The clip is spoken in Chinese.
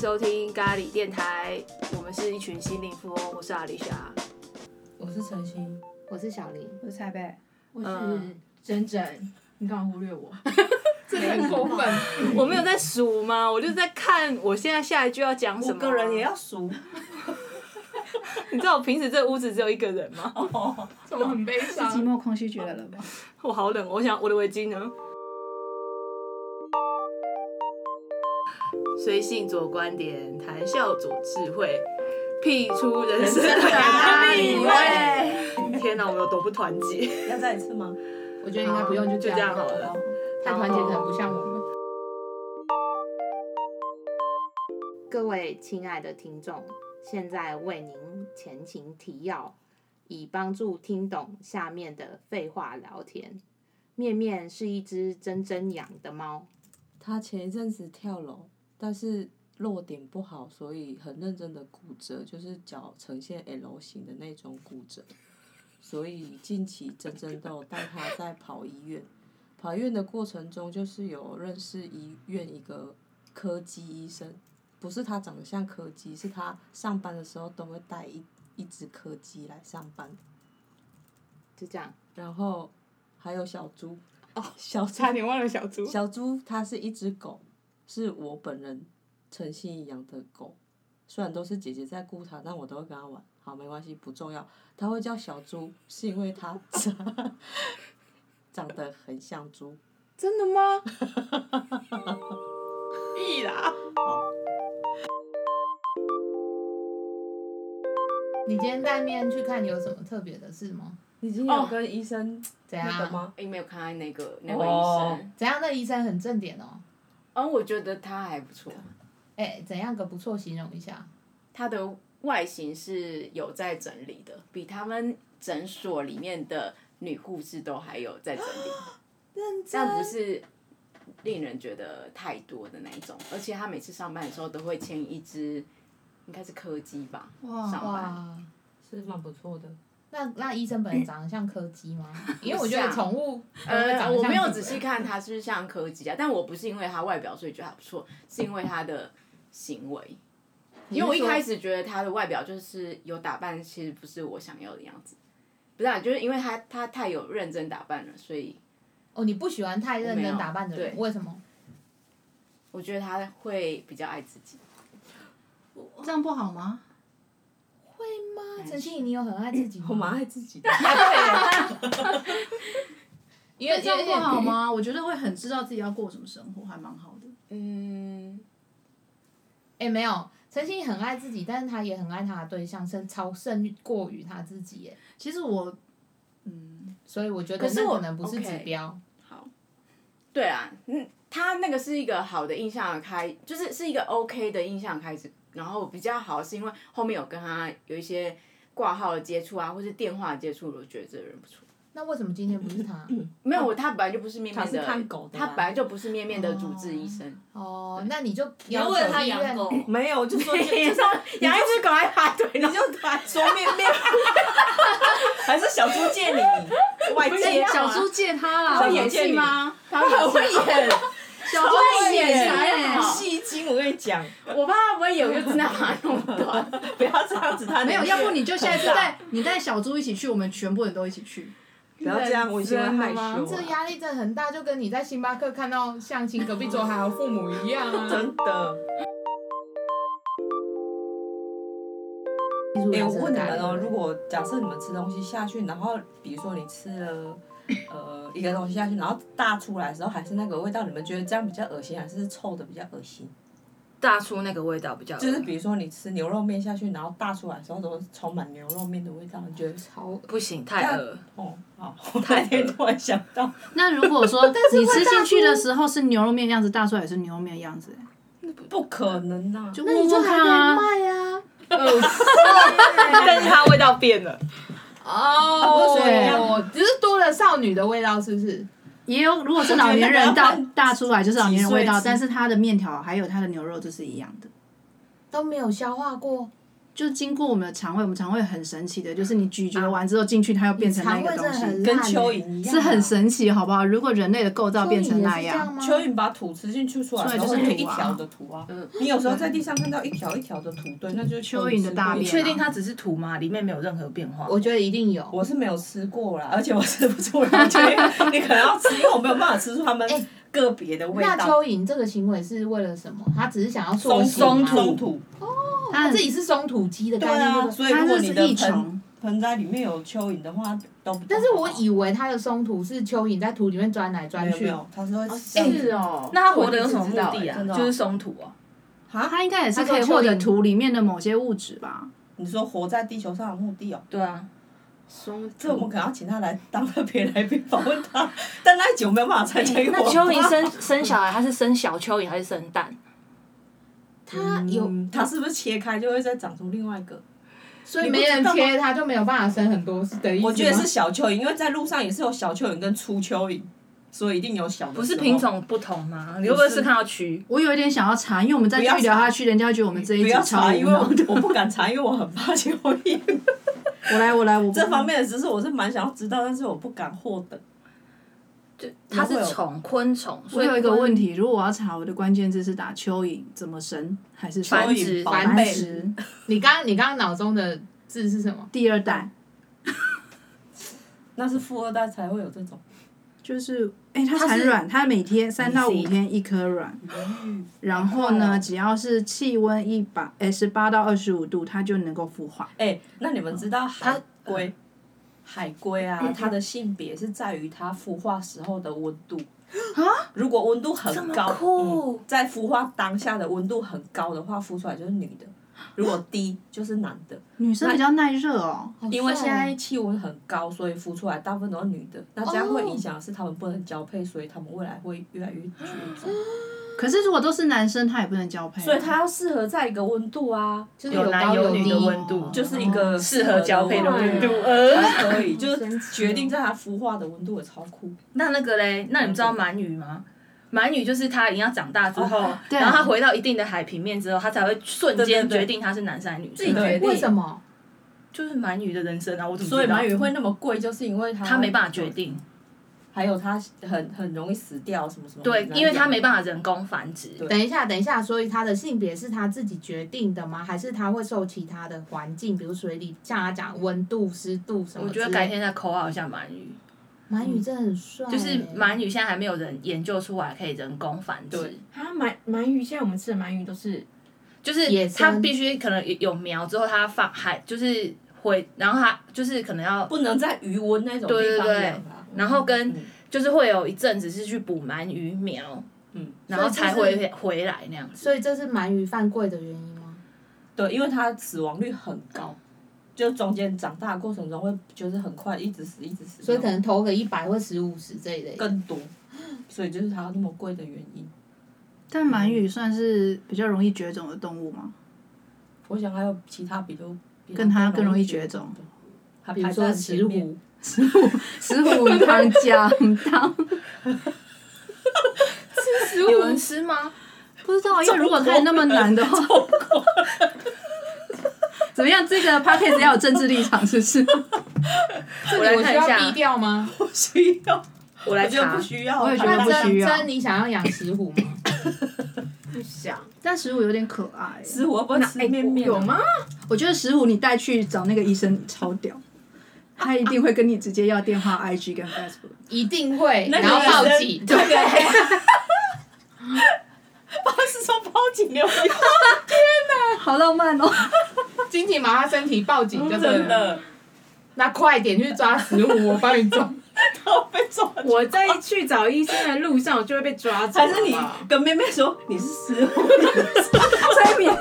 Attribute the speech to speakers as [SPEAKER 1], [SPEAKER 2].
[SPEAKER 1] 收听咖喱电台，我们是一群心灵富翁，我是阿丽莎。
[SPEAKER 2] 我是陈星，
[SPEAKER 3] 我是小林，
[SPEAKER 4] 我是蔡贝，
[SPEAKER 5] 我
[SPEAKER 1] 嗯
[SPEAKER 5] 是珍珍，你刚刚忽略我，真的很过分。
[SPEAKER 1] 我没有在数吗？我就在看我现在下一句要讲什么。啊
[SPEAKER 2] 五个人也，要数，
[SPEAKER 1] 你知道我平时这屋子只有一个人吗？
[SPEAKER 5] 怎么很悲
[SPEAKER 4] 寂
[SPEAKER 5] 伤？
[SPEAKER 4] 寞空虚觉得冷吗？
[SPEAKER 1] 我好冷，我想我的围巾呢？随性左观点，谈笑左智慧，辟出人生的
[SPEAKER 2] 咖
[SPEAKER 1] 咖
[SPEAKER 2] 喱
[SPEAKER 1] 喱味。天哪，我们有多不团结！
[SPEAKER 2] 要再一次吗？
[SPEAKER 3] 我觉得应该不用就
[SPEAKER 1] 就这样好了
[SPEAKER 3] 好太团结可能不像我们。各位亲爱的听众，现在为您前情提要，以帮助听懂下面的废话聊天。面面是一只真真养的猫，
[SPEAKER 2] 他前一阵子跳楼，但是落点不好，所以很认真的骨折，就是脚呈现 L 型的那种骨折。所以近期珍珍都有带他在跑医院，跑医院的过程中，就是有认识医院一个柯基医生，不是他长得像柯基，是他上班的时候都会带一一只柯基来上班。
[SPEAKER 3] 就这样。
[SPEAKER 2] 然后还有小猪，哦，小猪，
[SPEAKER 5] 点忘了小猪
[SPEAKER 2] 小猪它是一只狗，是我本人诚心养的狗，虽然都是姐姐在顾它，但我都会跟它玩。好，没关系，不重要。它会叫小猪，是因为它 长长得很像猪。
[SPEAKER 3] 真的吗？
[SPEAKER 5] 屁啦！
[SPEAKER 6] 你今天带面去看有什么特别的事吗？
[SPEAKER 2] 你今天有跟医生
[SPEAKER 6] 怎
[SPEAKER 2] 那个
[SPEAKER 6] 样？
[SPEAKER 2] 吗？
[SPEAKER 1] 哎你没有看到那个那
[SPEAKER 5] 那
[SPEAKER 1] 位
[SPEAKER 5] 位
[SPEAKER 1] 医
[SPEAKER 5] 医
[SPEAKER 1] 生
[SPEAKER 5] 生，
[SPEAKER 6] 怎样？那医生很正点哦。
[SPEAKER 1] 嗯，我觉得他还不错，
[SPEAKER 6] 哎，怎样个不错？形容一下。
[SPEAKER 1] 他的外形是有在整理的，比他们诊所里面的女护士都还有在整理，但不是令人觉得太多的那一种。而且他每次上班的时候都会牵一只，应该是柯基吧，上班。
[SPEAKER 6] 哇，
[SPEAKER 2] 是蛮不错的。
[SPEAKER 6] 那那医生本人长得像柯基 吗？因为我觉
[SPEAKER 1] 不像
[SPEAKER 6] 得宠物都会
[SPEAKER 1] 呃，
[SPEAKER 6] 长得像
[SPEAKER 1] 我没有
[SPEAKER 6] 主人
[SPEAKER 1] 仔细。看他是不是像柯基啊，但我不是因为他外表所以觉得他不错，是因为他的行为。
[SPEAKER 6] 你
[SPEAKER 1] 因为
[SPEAKER 6] 是
[SPEAKER 1] 我一
[SPEAKER 6] 说
[SPEAKER 1] 开始觉得他的外表就是有打扮，其实不是我想要的样子。不是、啊，就是因为他他太有认真打扮了，所以
[SPEAKER 6] 哦，你不喜欢太认
[SPEAKER 1] 我没有
[SPEAKER 6] 真打扮的人，
[SPEAKER 1] 对
[SPEAKER 6] 为什么？
[SPEAKER 1] 我觉得他会比较爱自己。
[SPEAKER 5] 这样不好吗？
[SPEAKER 6] 会吗？啊陈欣怡，你有很爱自己吗？
[SPEAKER 2] 我蛮爱自己的，
[SPEAKER 6] 因为
[SPEAKER 5] 这样不好？吗？我觉得会很知道自己要过什么生活，还蛮好的。
[SPEAKER 1] 嗯，
[SPEAKER 6] 哎，没有，陈欣怡很爱自己，但是她也很爱她的对象，甚超胜过于她自己耶。
[SPEAKER 5] 其实我，嗯，
[SPEAKER 6] 所以我觉得
[SPEAKER 1] 可是
[SPEAKER 6] 那
[SPEAKER 1] 我
[SPEAKER 6] 可能不是
[SPEAKER 1] OK
[SPEAKER 6] 指标。
[SPEAKER 1] 对啊，嗯，他那个是一个好的印象的开，就是是一个 OK 的印象开始，然后比较好是因为后面有跟他有一些挂号的接触啊，或是电话的接触，我觉得这个人不错。
[SPEAKER 6] 那为什么今天不是她？
[SPEAKER 1] 没有，他本来就不是面面
[SPEAKER 2] 他
[SPEAKER 1] 的，啊
[SPEAKER 2] 是看狗的
[SPEAKER 1] 他
[SPEAKER 2] 啦
[SPEAKER 1] 本来就不是面面的主治医生。
[SPEAKER 6] 哦，那你就
[SPEAKER 5] 你要
[SPEAKER 6] 要
[SPEAKER 5] 为了
[SPEAKER 6] 求
[SPEAKER 5] 他
[SPEAKER 6] 医
[SPEAKER 5] 养
[SPEAKER 6] 院
[SPEAKER 5] 狗，
[SPEAKER 2] 没有，我就说
[SPEAKER 1] 嗯
[SPEAKER 2] 就
[SPEAKER 1] 你
[SPEAKER 2] 就
[SPEAKER 1] 说养一只狗还排队，然后
[SPEAKER 2] 就说面 面，还是小猪借你外借
[SPEAKER 5] 小猪借他啦，
[SPEAKER 2] 他
[SPEAKER 1] 会
[SPEAKER 2] 也
[SPEAKER 1] 演戏吗？他
[SPEAKER 2] 很
[SPEAKER 1] 会
[SPEAKER 2] 会
[SPEAKER 1] 演戏，
[SPEAKER 2] 演，
[SPEAKER 5] 小猪会演
[SPEAKER 1] 才好
[SPEAKER 2] 戏精，我跟你讲，
[SPEAKER 1] 我怕他不会演，我就真的把他弄断。
[SPEAKER 2] 不要这样子，他
[SPEAKER 5] 没有，
[SPEAKER 2] 年纪
[SPEAKER 5] 要不你就下一次
[SPEAKER 2] 很大
[SPEAKER 5] 带你带小猪一起去，我们全部人都一起去。
[SPEAKER 2] 不要这样，我已经会害羞
[SPEAKER 6] 这
[SPEAKER 2] 了，
[SPEAKER 6] 压力真的很大，就跟你在星巴克看到相亲隔壁桌还有父母一样啊。
[SPEAKER 2] 真的。
[SPEAKER 3] 哎
[SPEAKER 2] 哎、我问你们哦，如果假设你们吃东西下去，然后比如说你吃了呃一个东西下去，然后大出来的时候还是那个味道，你们觉得这样比较恶心，还是臭的比较恶心？
[SPEAKER 1] 大出那个味道比较
[SPEAKER 2] 就是比如说你吃牛肉面下去，然后大出来的时候都是充满牛肉面的味道，你觉得？
[SPEAKER 6] 超
[SPEAKER 1] 不行，
[SPEAKER 2] 太
[SPEAKER 1] 恶。
[SPEAKER 2] 哦，好，我那天突然想到，
[SPEAKER 7] 那如果 说你吃进去的时候是牛肉面的样子，大出来也是牛肉面的样子，
[SPEAKER 2] 不可能啊！
[SPEAKER 7] 就问问看啊。
[SPEAKER 6] 卖啊！
[SPEAKER 5] 哦
[SPEAKER 1] 但是它味道变了，
[SPEAKER 5] 啊
[SPEAKER 6] 哦
[SPEAKER 2] 所以你要
[SPEAKER 6] 只是多了少女的味道，是不是？
[SPEAKER 7] 也有，如果是老年 人大大出来就是老年人味
[SPEAKER 2] 几
[SPEAKER 7] 道
[SPEAKER 2] 岁，吃
[SPEAKER 7] 但是它的面条还有它的牛肉就是一样的。
[SPEAKER 6] 都没有消化过，
[SPEAKER 5] 就经过我们的肠胃，我们肠胃很神奇的，就是你咀嚼完之后进去，它又变成那
[SPEAKER 6] 啊肠胃
[SPEAKER 5] 个
[SPEAKER 6] 真
[SPEAKER 5] 东
[SPEAKER 6] 的
[SPEAKER 5] 西，
[SPEAKER 6] 很
[SPEAKER 8] 跟
[SPEAKER 6] 烂
[SPEAKER 8] 蚯
[SPEAKER 6] 欸
[SPEAKER 8] 蚓
[SPEAKER 6] 一样
[SPEAKER 5] 是很
[SPEAKER 6] 啊
[SPEAKER 5] 神奇，好不好？如果人类的构造变成那
[SPEAKER 6] 蚯蚓也是这样
[SPEAKER 5] 样，
[SPEAKER 6] 吗
[SPEAKER 2] 蚯蚓把土吃进去出来，
[SPEAKER 5] 出来
[SPEAKER 2] 然
[SPEAKER 5] 就
[SPEAKER 2] 后
[SPEAKER 5] 是
[SPEAKER 2] 就
[SPEAKER 5] 土
[SPEAKER 2] 一
[SPEAKER 5] 啊
[SPEAKER 2] 条的土啊。你有时候在地上看到一条一条的土堆，那就是
[SPEAKER 5] 蚯蚓的大
[SPEAKER 2] 吃
[SPEAKER 1] 你
[SPEAKER 5] 便
[SPEAKER 2] 过
[SPEAKER 1] 确定它只是土吗？里面没有任何变化？
[SPEAKER 6] 我觉得一定有。
[SPEAKER 2] 我是没有吃过啦，而 且我吃不出来，我觉得你可能要吃，因为我没有办法吃出它们个别的味
[SPEAKER 6] 那
[SPEAKER 2] 道。
[SPEAKER 6] 蚯蚓这个行为是为了什么？它只是想要
[SPEAKER 2] 松
[SPEAKER 6] 松
[SPEAKER 2] 松
[SPEAKER 6] 土，
[SPEAKER 2] 土，
[SPEAKER 5] 它
[SPEAKER 6] 它自己是松土鸡的
[SPEAKER 2] 对
[SPEAKER 6] 概念，
[SPEAKER 2] 啊，
[SPEAKER 6] 就是
[SPEAKER 2] 所以如
[SPEAKER 5] 它
[SPEAKER 2] 果
[SPEAKER 5] 就
[SPEAKER 2] 你
[SPEAKER 5] 是
[SPEAKER 2] 的
[SPEAKER 5] 益
[SPEAKER 2] 盆
[SPEAKER 5] 虫，
[SPEAKER 2] 盆栽里面有蚯蚓的话，都不
[SPEAKER 6] 但是我以为它的松土是蚯蚓在土里面钻来
[SPEAKER 2] 没
[SPEAKER 6] 钻
[SPEAKER 2] 有没
[SPEAKER 6] 去，
[SPEAKER 2] 有，它是会
[SPEAKER 9] 是哦，
[SPEAKER 1] 欸那它活的有什么目
[SPEAKER 9] 我第一次知
[SPEAKER 1] 的
[SPEAKER 9] 道欸
[SPEAKER 1] 啊
[SPEAKER 9] 真的？哦
[SPEAKER 1] 就是松土啊。
[SPEAKER 5] 它应该也是
[SPEAKER 6] 它说
[SPEAKER 5] 可以获
[SPEAKER 6] 蚯
[SPEAKER 5] 得
[SPEAKER 6] 蚓
[SPEAKER 5] 土里面的某些物质吧？
[SPEAKER 2] 你说活在地球上的目的哦。
[SPEAKER 1] 对啊，
[SPEAKER 9] 松
[SPEAKER 2] 这我们可能要请他来当特别来宾访问他， 但那一集我没有办法参加。因为
[SPEAKER 1] 那
[SPEAKER 2] 我
[SPEAKER 1] 蚯蚓生生小孩，它是生小蚯蚓还是生蛋？
[SPEAKER 6] 它有，
[SPEAKER 2] 嗯它是不是切开就会再长出另外一个？
[SPEAKER 6] 所以没人切它就没有办法生很多的意思吗
[SPEAKER 2] 我觉得是小蚯蚓，因为在路上也是有小蚯蚓跟粗蚯蚓，所以一定有小的。
[SPEAKER 1] 不是品，种不同吗？你会不会是看到蛆？
[SPEAKER 5] 我有一点想要查，因为我们再
[SPEAKER 2] 不
[SPEAKER 5] 继
[SPEAKER 2] 要
[SPEAKER 5] 续聊
[SPEAKER 2] 查
[SPEAKER 5] 下去，人家会觉得我们这一
[SPEAKER 2] 不
[SPEAKER 5] 集
[SPEAKER 2] 要
[SPEAKER 5] 超
[SPEAKER 2] 查，
[SPEAKER 5] 无
[SPEAKER 2] 因为
[SPEAKER 5] 脑
[SPEAKER 2] 我
[SPEAKER 5] 的。
[SPEAKER 2] 我不敢查，因为我很怕蚯蚓。
[SPEAKER 5] 我来，我来，我
[SPEAKER 2] 这方面的知识我是蛮想要知道，但是我不敢获得。
[SPEAKER 1] 它
[SPEAKER 2] 会
[SPEAKER 1] 是
[SPEAKER 2] 有
[SPEAKER 1] 虫，昆虫。
[SPEAKER 5] 我
[SPEAKER 1] 所以
[SPEAKER 5] 有一个
[SPEAKER 1] 昆
[SPEAKER 5] 问题，如果我要查我的关键字是打蚯蚓怎么生，还是
[SPEAKER 1] 繁
[SPEAKER 5] 说
[SPEAKER 2] 蚯蚓
[SPEAKER 1] 殖
[SPEAKER 2] 宝
[SPEAKER 6] 繁
[SPEAKER 5] 繁
[SPEAKER 6] 倍
[SPEAKER 5] 殖
[SPEAKER 6] 你刚刚你刚刚脑中的字是什么？
[SPEAKER 5] 第二代？
[SPEAKER 2] 那是富二代才会有这种。
[SPEAKER 5] 就是，哎、它
[SPEAKER 1] 它
[SPEAKER 5] 产
[SPEAKER 1] 是
[SPEAKER 5] 卵，它每天三到五天一颗卵，
[SPEAKER 9] 嗯
[SPEAKER 5] 然后
[SPEAKER 9] 哦
[SPEAKER 5] 呢，只要是气温一百，哎，十八到二十五度，它就能够孵化。
[SPEAKER 2] 哎、那你们知
[SPEAKER 1] 嗯
[SPEAKER 2] 道海龟？海龟啊，它的性别是在于它孵化时候的温度啊。如果温度很
[SPEAKER 1] 这
[SPEAKER 2] 高嗯
[SPEAKER 1] 么，酷
[SPEAKER 2] 在孵化当下的温度很高的话，孵出来就是女的；如果低就是男的。
[SPEAKER 5] 女生比较耐热哦，
[SPEAKER 2] 因为现在气温很高，所以孵出来大部分都是女的。那这样会影响的是它们不能交配，所以它们未来会越来越绝
[SPEAKER 1] 哦
[SPEAKER 2] 种。
[SPEAKER 5] 可是如果都是男生，它也不能交配啊。
[SPEAKER 2] 所以它要适合在一个温度啊，
[SPEAKER 6] 就是
[SPEAKER 1] 有
[SPEAKER 6] 高
[SPEAKER 1] 男有
[SPEAKER 6] 低
[SPEAKER 1] 女的温度，
[SPEAKER 2] 就是一个
[SPEAKER 1] 哦适合交配的温度。
[SPEAKER 2] 才
[SPEAKER 1] 呃，
[SPEAKER 2] 可以，就是决定在它孵化的温度也超酷。
[SPEAKER 1] 那那个嘞，那你们知道鳗鱼吗？鳗鱼就是它一定要长大之后，
[SPEAKER 5] 对
[SPEAKER 1] 然后它回到一定的海平面之后，它才会瞬间
[SPEAKER 2] 哦啊对对对
[SPEAKER 1] 决定它是男生还是女
[SPEAKER 2] 自己
[SPEAKER 1] 生。
[SPEAKER 2] 决定
[SPEAKER 6] 为什么？
[SPEAKER 1] 就是鳗鱼的人生啊，我怎么知道
[SPEAKER 2] 所以鳗鱼会那么贵，就是因为它哦
[SPEAKER 1] 它没办法决，定，
[SPEAKER 2] 还有它很很容易死掉什么什么。
[SPEAKER 1] 对，因为它没办法人工繁殖。
[SPEAKER 2] 对
[SPEAKER 6] 等一下，等一下，所以它的性别是它自己决定的吗？还是它会受其他的环境，比如水里，像它讲温度、湿度什么
[SPEAKER 1] 我
[SPEAKER 6] 之
[SPEAKER 1] 觉
[SPEAKER 6] 类的？
[SPEAKER 1] 得改天再 call out 一下鳗鱼，
[SPEAKER 6] 鳗鱼真的很帅欸，
[SPEAKER 1] 就是鳗鱼现在还没有人研究出来可以人工繁殖
[SPEAKER 2] 对，
[SPEAKER 9] 它鳗鳗鱼，现在我们吃的鳗鱼都是
[SPEAKER 1] 就是
[SPEAKER 6] 野
[SPEAKER 1] 它
[SPEAKER 6] 生
[SPEAKER 1] 必须可能有苗之后它放海，就是回，然后它就是可能要，
[SPEAKER 2] 不能在余温那种地方养它。
[SPEAKER 1] 然后跟
[SPEAKER 2] 嗯
[SPEAKER 1] 就是会有一阵子是去捕鳗鱼苗，
[SPEAKER 2] 嗯，
[SPEAKER 1] 然后才
[SPEAKER 6] 所以就是
[SPEAKER 1] 回回来那样子。
[SPEAKER 6] 所以这是鳗鱼犯贵的原因吗？
[SPEAKER 2] 对，因为它死亡率很高，就中间长大的过程中会就是很快一直死一直死，
[SPEAKER 6] 所以可能投个一百或十五十这一类。
[SPEAKER 2] 更多，所以就是它那么贵的原因。
[SPEAKER 5] 但鳗鱼算是比较容易绝种的动物 吗？
[SPEAKER 2] 我想还有其他比都
[SPEAKER 5] 跟它更容易绝种，
[SPEAKER 2] 对它
[SPEAKER 6] 比
[SPEAKER 2] 排
[SPEAKER 6] 如
[SPEAKER 2] 在
[SPEAKER 6] 说
[SPEAKER 2] 很前
[SPEAKER 6] 石
[SPEAKER 2] 面
[SPEAKER 6] 虎，
[SPEAKER 5] 石虎汤加汤，
[SPEAKER 1] 有人吃吗？
[SPEAKER 5] 不知道，因为如果它有那么 难的话， 怎么样？这个 p a c k a g e 要有政治立场，是 不是？
[SPEAKER 1] 我来
[SPEAKER 6] 我
[SPEAKER 1] 看一
[SPEAKER 6] 需要逼
[SPEAKER 1] 下，
[SPEAKER 6] 掉吗？
[SPEAKER 2] 不需要，
[SPEAKER 1] 我来
[SPEAKER 2] 我觉得
[SPEAKER 1] 查
[SPEAKER 2] 不。需要，
[SPEAKER 5] 我也觉得
[SPEAKER 6] 那
[SPEAKER 5] 不需
[SPEAKER 6] 真
[SPEAKER 5] 要
[SPEAKER 6] 真，你想要养石虎吗？
[SPEAKER 9] 不想。
[SPEAKER 5] 但石虎有点可爱，
[SPEAKER 2] 石虎会不会
[SPEAKER 9] 那
[SPEAKER 2] 吃面面
[SPEAKER 1] 哎
[SPEAKER 2] 啊
[SPEAKER 9] 有？吗？
[SPEAKER 5] 我觉得石虎你带去找那个医生超屌，他一定会跟你直接要电话、IG 跟 Facebook。
[SPEAKER 6] 一定会，
[SPEAKER 2] 那个
[SPEAKER 6] 然后报
[SPEAKER 2] 人
[SPEAKER 6] 警。
[SPEAKER 2] 对，八 是说报警留言，
[SPEAKER 5] 好浪漫哦！
[SPEAKER 6] 金姐把他身体报警就对
[SPEAKER 2] 真
[SPEAKER 6] 了。
[SPEAKER 2] 的，
[SPEAKER 6] 那快点去抓石虎，我帮你抓。
[SPEAKER 2] 他会被抓住。
[SPEAKER 9] 我在去找医生的路上，我就会被抓
[SPEAKER 1] 啊
[SPEAKER 9] 住。
[SPEAKER 2] 还是
[SPEAKER 9] 好
[SPEAKER 2] 你
[SPEAKER 9] 不好
[SPEAKER 2] 跟妹妹说你是石虎，
[SPEAKER 5] 催眠。